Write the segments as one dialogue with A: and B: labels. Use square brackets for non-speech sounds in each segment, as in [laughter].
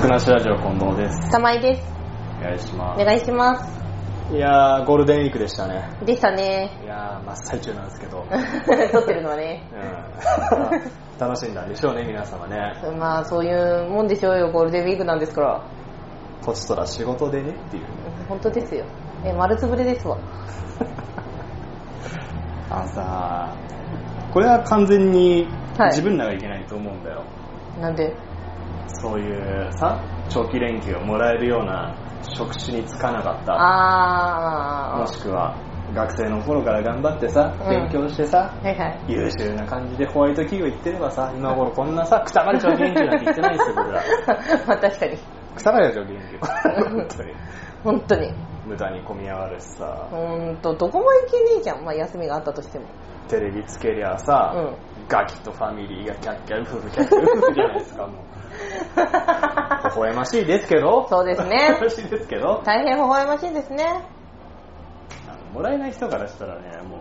A: くなしラジオ近藤です。
B: 玉井です。
A: お願いしま
B: お願いします。
A: す。いやー、ゴールデンウィークでしたね。
B: でしたね。 [laughs]
A: いやー、真っ最中なんですけど。うん。
B: 撮ってるのはね。
A: 楽しんだんでしょうね、皆様ね。
B: まあ、そういうもんでしょうよ、ゴールデンウィークなんですから。
A: とちとら仕事でねっていうね。
B: 本当ですよ。え、丸つぶれですわ。
A: あのさこれは完全に
B: はい
A: 自分らがいけないと思うんだよ。
B: なんで
A: そういうさ、長期連休をもらえるような職種に就かなかった。
B: あ
A: もしくは学生の頃から頑張ってさ
B: うん
A: 勉強してさ、
B: ー。はい [laughs] はい。
A: 優秀な感じでホワイト企業行ってればさ今頃こんなさくたばれちゃう研究なんて言ってないですよ僕ら
B: まあ、確かに。
A: くたばれちゃう研究本当に
B: 本当に。
A: 無駄に混み合わるしさ
B: ほんと、どこも行けねえじゃん。まあ、休みがあったとしても。 [laughs]
A: テレビつけりゃさ、
B: うん
A: ガキとファミリーがキャッキャウフフキャッキャウフフじゃないですかもう微笑ましいですけど
B: そうですね
A: 微笑ましいですけど
B: 大変微笑ましいですね。
A: あのもらえない人からしたらねもう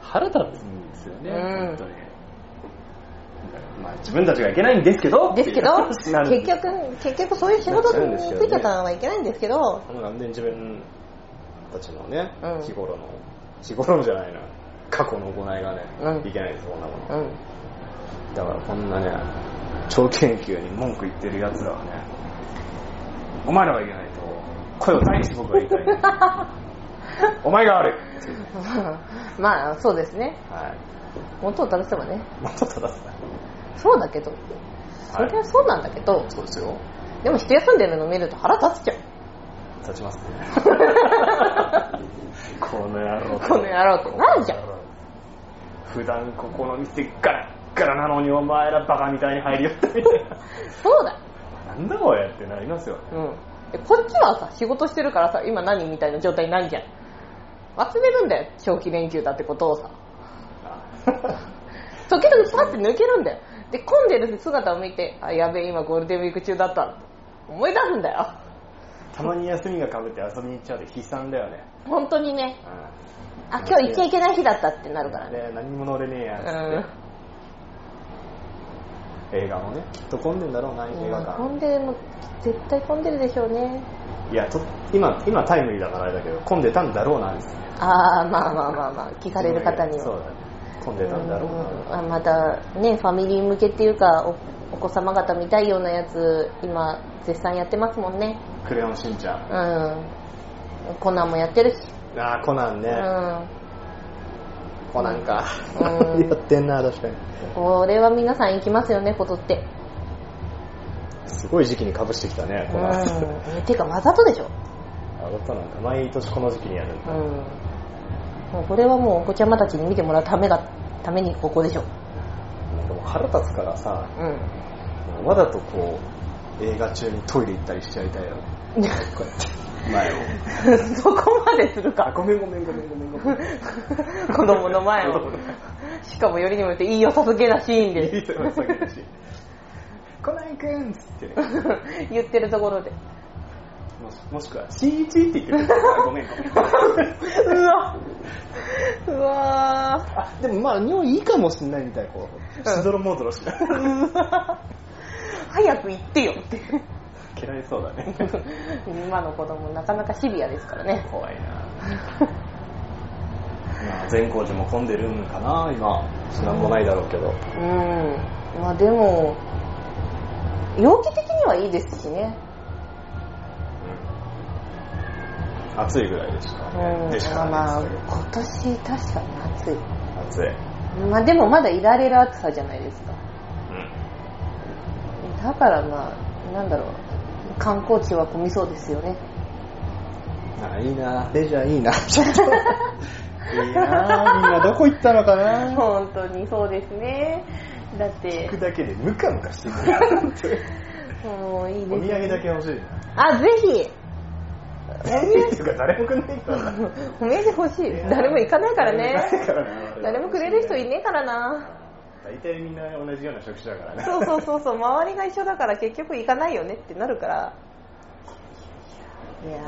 A: 腹立つんですよね、
B: うん
A: 本当にまあ自分たちがいけないんですけど
B: ですけ [laughs] ど、
A: って
B: 結
A: いう話になる
B: 局、結局そういう仕事に就いちゃったのはいけないんですけど、
A: もう完全に自分たちのね、
B: うん
A: 日頃の日頃のじゃないな過去の行いがね、
B: うん
A: いけないですこんなもの
B: うん。 [laughs]
A: だからこんなね長期研究に文句言ってるやつらはねお前らがいけないと声を大にして僕が言いたい、
B: [laughs]
A: お前が悪い、
B: [laughs] まあ、そうですね。
A: はい、
B: 元を正せばね。
A: もっと正す
B: そうだけど、そ
A: はい
B: れはそうなんだけど、
A: そうですよ
B: でも人休んでるの見ると腹立つじゃん。
A: 立ちますね
B: [laughs]
A: この野郎
B: この野郎ってなるじゃん
A: 普段ここの店ガラッガラなのにお前らバカみたいに入りよってみたい
B: そうだ。
A: ななんだこれってなります
B: [laughs]
A: よね
B: うん。でこっちはさ、仕事してるからさ、今何みたいな状態になんじゃん。忘れるんだよ、長期連休だってことをさ。時々パッて抜けるんだよ。で、混んでる姿を見て、あ、やべえ、今ゴールデンウィーク中だったって思い出すんだよ。
A: たまに休みがかぶって遊びに行っちゃうって悲惨だよね、
B: 本当にね、
A: う
B: あ、今日行っちゃいけない日だったってなるから
A: ん、
B: ね。
A: で何にも乗れねえやつ
B: うん。
A: って、映画もねきっと混んでんだろうな映画館
B: 混んでるも、絶対混んでるでしょうね。
A: いやと今今タイムリーだからあれだけど混んでたんだろうなんですよね
B: ああ、まあまあまあまあ、聞かれる方には。
A: そうだね混んでたんだろうな
B: うんあまたねファミリー向けっていうかおお子様方見たいようなやつ今絶賛やってますもんね
A: クレヨンしんちゃん
B: うんコナンもやってるし、
A: ああコナンね、
B: うん
A: コナンか、
B: う
A: [laughs]
B: ん
A: やってんな確かに
B: これは皆さん行きますよねことって
A: すごい時期にかぶしてきたねコナン、
B: うんてかわざとでしょ
A: あなたなんか毎年この時期にやるん
B: う
A: だ、
B: んもうこれはもうお子ちゃまたちに見てもらうためがためにここでしょ
A: なんかもう腹立つからさ
B: うん
A: わざとこう映画中にトイレ行ったりしちゃいたい [laughs] よねこうやって前を [laughs]
B: そこまでする
A: あ
B: か
A: ごめんごめんごめんごめんごめん
B: [laughs] 子供の前をしかもよりにもよっていいよさすげなシーンで
A: いいとこ下げるしコナンくんっつってね
B: 言ってるところで
A: もしもしくは「しんいち」って言ってくれたらあごめんごめん
B: うわうわ
A: [laughs] あでもまあ尿いいかもしんないみたいこうしどろもどろし [laughs] な
B: うわ早く行ってよって
A: 嫌いそうだね
B: 今の子供なかなかシビアですからね
A: 怖いなまあ善光寺も混んでるんかな今なんもないだろうけど
B: うんまあでも容器的にはいいですしね
A: 暑いぐらいでし
B: う
A: か、
B: ん
A: ねでし
B: ま
A: か
B: あま
A: な
B: あ
A: いですけ
B: 今年確かに暑い
A: ど暑い、
B: まあでもまだいられる暑さじゃないですかだからまあなんだろう観光地は混みそうですよね
A: うん、あいいなレジャーいいなちょっといいなみんなどこ行ったのかな
B: 本当にそうですねだって
A: 聞
B: [laughs]
A: くだけでムカムカしてくる本当に
B: もういいですね
A: お土産だけ欲しいな
B: あ、ぜひ。
A: お土産 [laughs] っていうか誰もくんないからな
B: [laughs] お土産欲しい。誰も行かないか
A: [laughs]
B: らね。誰もくれる人い
A: い
B: ねえからな。
A: 大体みんな同じような職種だからね
B: そうそうそうそう、周りが一緒だから結局行かないよねってなるから。いや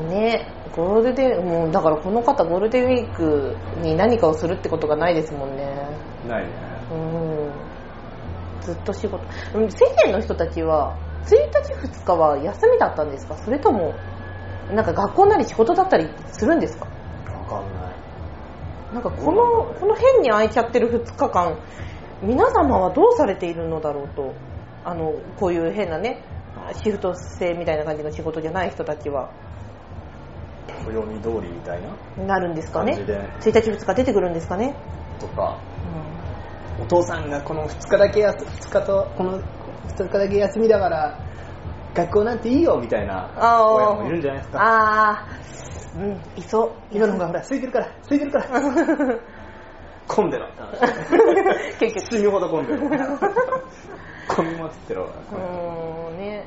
B: ー。ね、ゴールデン、もうだからこの方ゴールデンウィークに何かをするってことがないですもんね。
A: ないね
B: うん。ずっと仕事うん世間の人たちは1日2日は休みだったんですかそれともなんか学校なり仕事だったりするんですか
A: わかんない
B: なんかこのこの変に空いちゃってる2日間皆様はどうされているのだろうとあのこういう変なねシフト制みたいな感じの仕事じゃない人たちは
A: 暦通りみたいな
B: なるんですかね
A: 感じで
B: 1日2日出てくるんですかね、
A: とかお父さんがこの2日だけやす2日とこの2日だけ休みだから学校なんていいよみたいな親もいるんじゃないですか
B: あーあーうんいそう
A: 今の方がほら空いてるから空いてるから混んでろ
B: 結局
A: 死ぬほど混んでろ混みまくってろ
B: [laughs] うーんね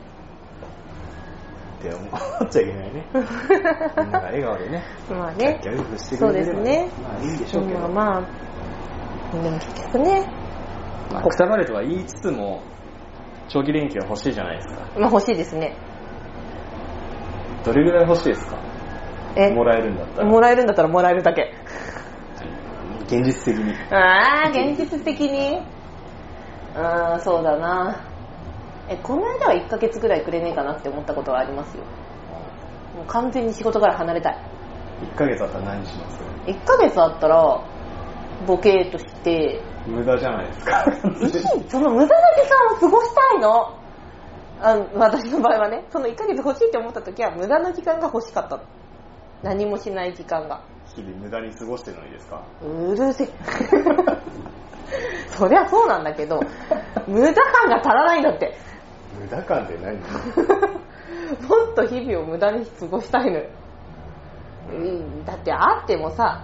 A: って思っちゃいけないねみんなが笑顔でね
B: [laughs] まあ
A: ギャ
B: ね
A: ッギャグして
B: そ
A: く
B: うで
A: れ
B: す
A: れば
B: ね
A: まあいいんでしょうけど、
B: まあ
A: ま
B: まあでも結局ね
A: あくたばれとは言いつつも長期連休は欲しいじゃないですか
B: まあ欲しいですね
A: どれぐらい欲しいですか
B: え
A: もらえるんだったら
B: もらえるんだったらもらえるだけ
A: 現実的に
B: ああ現実的にうーんそうだなえこの間は1ヶ月ぐらいくれねえかなって思ったことはありますよもう完全に仕事から離れたい
A: 1ヶ月あったら何します
B: 1ヶ月あったらボケーっとして
A: 無駄じゃないですか
B: いいその無駄な時間を過ごしたいのあ私の場合はねその1ヶ月欲しいって思った時は無駄な時間が欲しかったの何もしない時間が
A: 日々無駄に過ごしてるのにですか
B: うるせえ [laughs] そりゃそうなんだけど無駄感が足らないんだって [laughs]
A: 無駄感って何
B: もっと日々を無駄に過ごしたいのよ、うん、だってあってもさ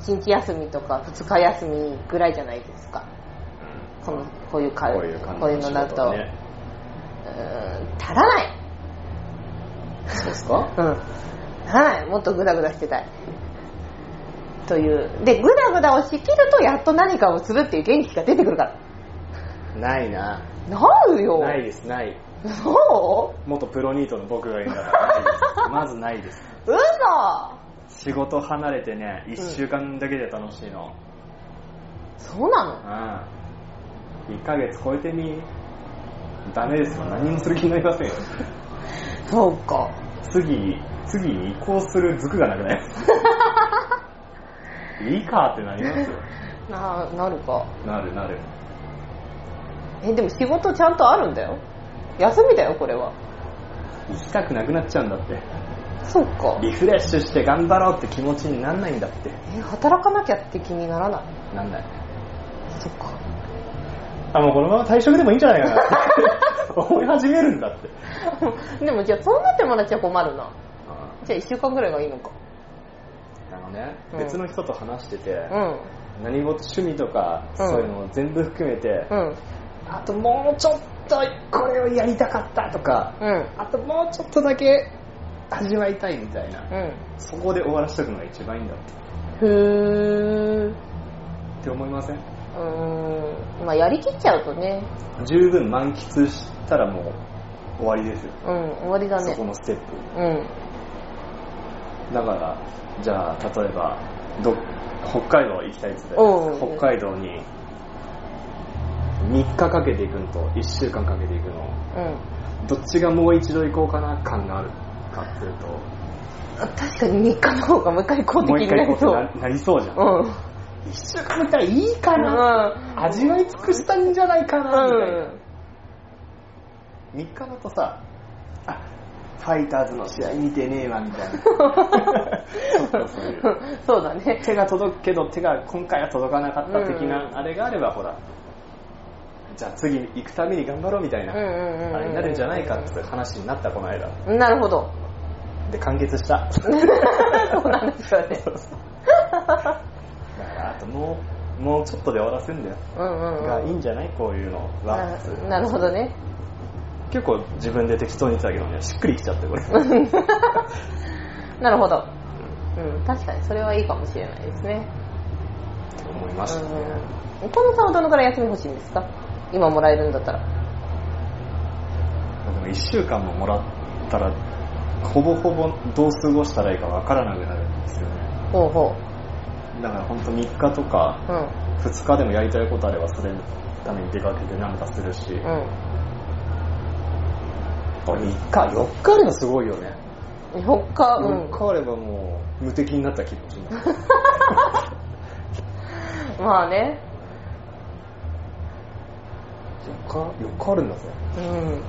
B: 1日休みとか2日休みぐらいじゃないですかこのこういうか
A: こういう感じ
B: こういうのだ
A: 仕
B: と、
A: 事ね
B: うん足らない
A: そうですか
B: うんはいもっとグダグダしてたいというでグダグダをしきるとやっと何かをするっていう元気が出てくるから
A: ないな
B: なるよ
A: ないですない
B: そう
A: 元プロニートの僕がいるんだからないですまずないです
B: 嘘
A: 仕事離れてね1週間だけで楽しいの
B: そうな
A: うん
B: の
A: 1ヶ月超えてみダメですよ何もする気になり [laughs] ませんよ
B: そうか
A: 次に次に移行する塾がなく [laughs] ないですかいいかってなりますよ
B: ななるか
A: なるなる
B: えでも仕事ちゃんとあるんだよ休みだよこれは
A: 行きたくなくなっちゃうんだって
B: そうか
A: リフレッシュして頑張ろうって気持ちになんないんだって
B: え働かなきゃって気にならない
A: なんない
B: そっか [laughs]
A: あもうこのまま退職でもいいんじゃないかなって [laughs] 思い始めるんだって
B: でもじゃあそうなってもらっちゃ困るなじゃあ1週間ぐらいがいいのか
A: あのね、
B: うん
A: 別の人と話してて、
B: うん
A: 何事趣味とか、
B: うん
A: そういうのを全部含めて、
B: うん
A: あともうちょっとこれをやりたかったとか、
B: うん
A: あともうちょっとだけ味わいたいみたいな、
B: うん
A: そこで終わらせとくのが一番いいんだって
B: ふー
A: って思いません
B: うーんまあやりきっちゃうとね
A: 十分満喫したらもう終わりですよ、
B: うん終わりだ
A: そ
B: ね
A: このステップ
B: うん
A: だからじゃあ例えばど北海道行きたいっつって
B: うんうんうん
A: 北海道に3日かけていくのと1週間かけていくの
B: うん
A: どっちがもう一度行こうかな感があるかっていうと
B: 確かに3日の方がもう一回行こう
A: も
B: っ
A: う
B: て
A: 一
B: 気にな
A: 回行
B: り
A: こ
B: そうう
A: ってななりそうじゃん、
B: うん
A: 1週間行ったらいいかな、
B: う
A: 味わい尽くしたんじゃないかな、みたいなん3日だとさあファイターズの試合見てねえわみたいなちょっ [laughs] とそういう
B: そうだね
A: 手が届くけど手が今回は届かなかった的
B: うんうん
A: なあれがあればほらじゃあ次行くために頑張ろうみたいな
B: うんうんうんうん
A: あれになるんじゃないかって話になったこの間
B: なるほど [laughs]
A: で完結しただか
B: そうなんですよね
A: らあともうもうちょっとで終わらせるんだよ
B: うんうん
A: がいい
B: うん
A: んじゃないこういうのは
B: ななるほどね [laughs]
A: 結構自分で適当に言ってたけどねしっくりきちゃってこれ
B: なるほどうん確かにそれはいいかもしれないですね
A: 思いましたね
B: うん岡野さんはどのくらい休み欲しいんですか今もらえるんだったら
A: でも1週間ももらったらほぼほぼどう過ごしたらいいかわからなくなるんですよね
B: ほうほ
A: だから本当3日とか
B: うん
A: 2日でもやりたいことあればそれのために出かけてなんかするし、
B: う
A: 3日4日あればすごいよね、
B: ん4日う
A: 4
B: ん
A: 日あればもう無敵になった気持ち
B: [laughs]
A: になる
B: まあね
A: 4日4日あるんだぜ
B: うん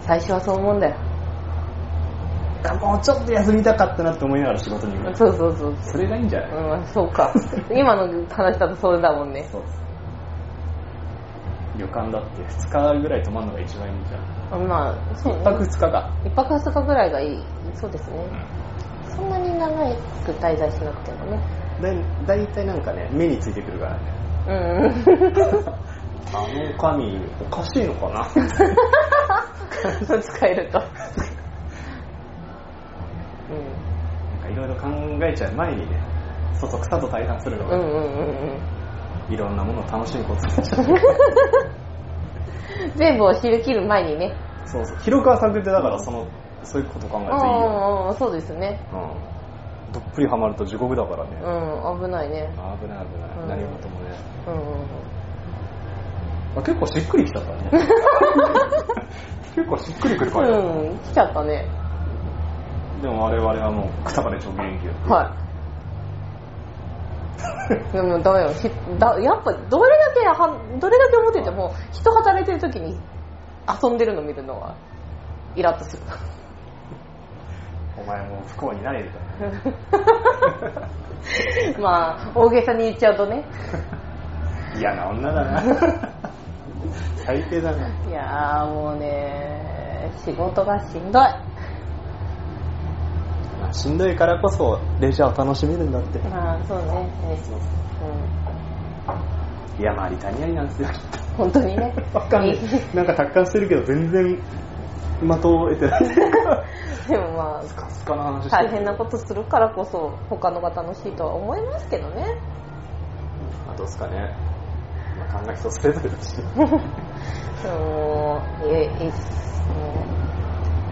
B: 最初はそう思うんだよ
A: あもうちょっと休みたかったなって思いながら仕事に行く
B: そうそうそう
A: それがいいんじゃない、
B: うん、そう
A: [laughs]
B: か。今の話だとそれだもんね。
A: そう旅館だって2日ぐらい泊まるのが一番いいんじゃん
B: まあ、そう、
A: 1泊2日か、
B: 一泊二日ぐらいがいい。そうですね。そんなに長く滞在しなくてもね。
A: だいだいたいなんかね目についてくるからね [laughs]
B: う
A: あの
B: ん。
A: 神おかしいの [laughs] かな
B: 使えると。
A: なんかいろいろ考えちゃう前にねそそくさと対談するの
B: う
A: が、
B: ん。うんうんうんうん。
A: いろんなものを楽しむことになっち [laughs] ゃう
B: 全部を知り切る前にね。
A: そうそう広く浅くってだからそのそういうこと考えていいよ、
B: うんうん、そうですね。
A: うん、どっぷりハマると地獄だからね、
B: うん、危ないね。
A: 危ない危ない、
B: うん
A: 何事もね、
B: うんうんうん。
A: あ、結構しっくりきちゃった [laughs] ね結構しっくりくるから、
B: うん、来ちゃったね。
A: でも我々はもう草まで長期連休
B: はい。でもだよ、ひだやっぱどれだけはどれだけ思ってても人働いてる時に遊んでるの見るのはイラッとする。 [laughs]
A: [laughs] お前もう不幸になれるから
B: まあ大げさに言っちゃうとね。
A: 嫌な女だ [laughs] な最低だない
B: やーもうね仕事がしんどい。
A: しんどいからこそレジャーを楽しめるんだって
B: まあそうね。
A: 山あり谷ありなんですよ。
B: うん、本当にね
A: [laughs] わかんないなんか達観してるけど全然的を得て [laughs] ない
B: でもまあ
A: カスカの話して
B: 大変なことするからこそ他のが楽しいとは思いますけどね。
A: とあどうですかね、まあ、考え人それぞれだし
B: もうえいつも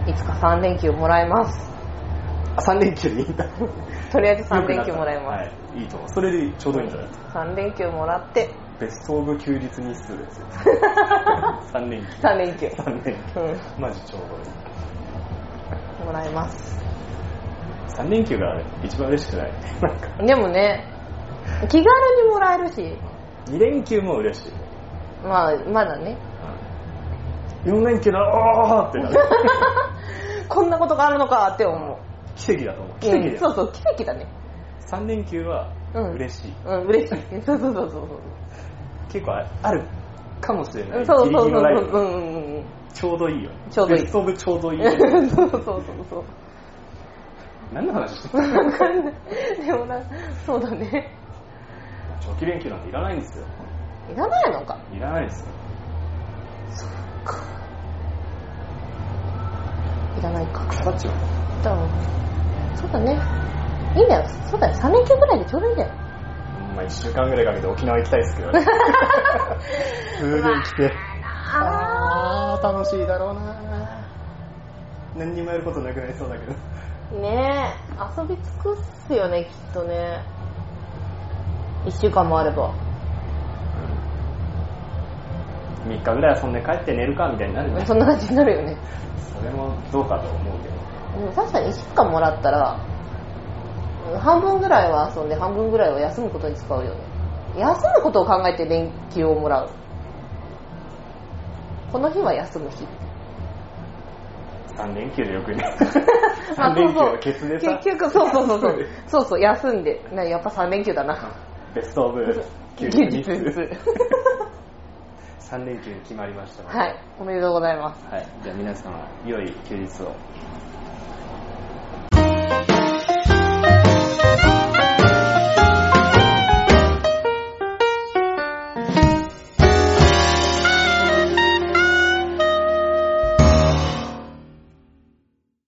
B: ういつか3連休もらえます
A: 3連休でいいんだ
B: とりあえず3連休もらえます、
A: す、はい、いいと思うそれでちょうどいいんじゃない
B: 3連休もらって
A: ベストオブ休日日数
B: [laughs]
A: ですよ3連休
B: 3連休
A: 3連休
B: う
A: マジちょうどいい
B: んもらえます
A: 3連休が一番嬉しくないなんか
B: でもね気軽にもらえるし
A: 2連休も嬉しい
B: まあまだね
A: 4連休だおーってなる
B: [laughs] こんなことがあるのかって思
A: 奇跡だと思う
B: う
A: 奇跡だ、
B: うんそうそう奇跡だね
A: 3連休は
B: うん
A: 嬉しい、
B: うん嬉し
A: [laughs]
B: いそうそうそうそう
A: 結構あるかもしれな
B: そう
A: い
B: そう
A: ギリ
B: そ
A: ギ
B: う
A: リ
B: そう
A: のライ
B: う
A: ブ
B: んうんうんうん
A: ちょうどいいよ
B: ちょうどいい
A: ベストオブちょう
B: [laughs]
A: どいい
B: そうそうそうそう
A: 何の話してんの
B: [laughs] わかんないでもなそうだね
A: 長期連休なんていらないんですよ
B: いらないのか
A: いらないですよ
B: いらないか
A: 腐っちまう
B: だそうだねいいんだよそうだよ3連休ぐらいでちょうどいいんだよ
A: まあ1週間ぐらいかけて沖縄行きたいですけどね普通に来てあー楽しいだろうな何にもやることなくなりそうだけど
B: [laughs] ねえ遊び尽くすよねきっとね1週間もあれば
A: 3日ぐらい遊んで帰って寝るかみたいになるね
B: そんな感じになるよね
A: それもどうかと思うけど
B: でも確かに1週間もらったらうん半分ぐらいは遊んで半分ぐらいは休むことに使うよね休むことを考えて連休をもらうこの日は休む日
A: 3連休でよくね
B: ま
A: 3
B: [laughs] あそう
A: 連休
B: そう
A: はケツでさ
B: 結局そうそうそう
A: [laughs]
B: そうそうそう休んでなやっぱ3連休だな
A: ベストオブ休
B: 休
A: 日
B: 日 [laughs]
A: 日数 [laughs] 3連休に決まりましたので
B: はいおめでとうございます
A: はい、じゃあ皆様良い休日を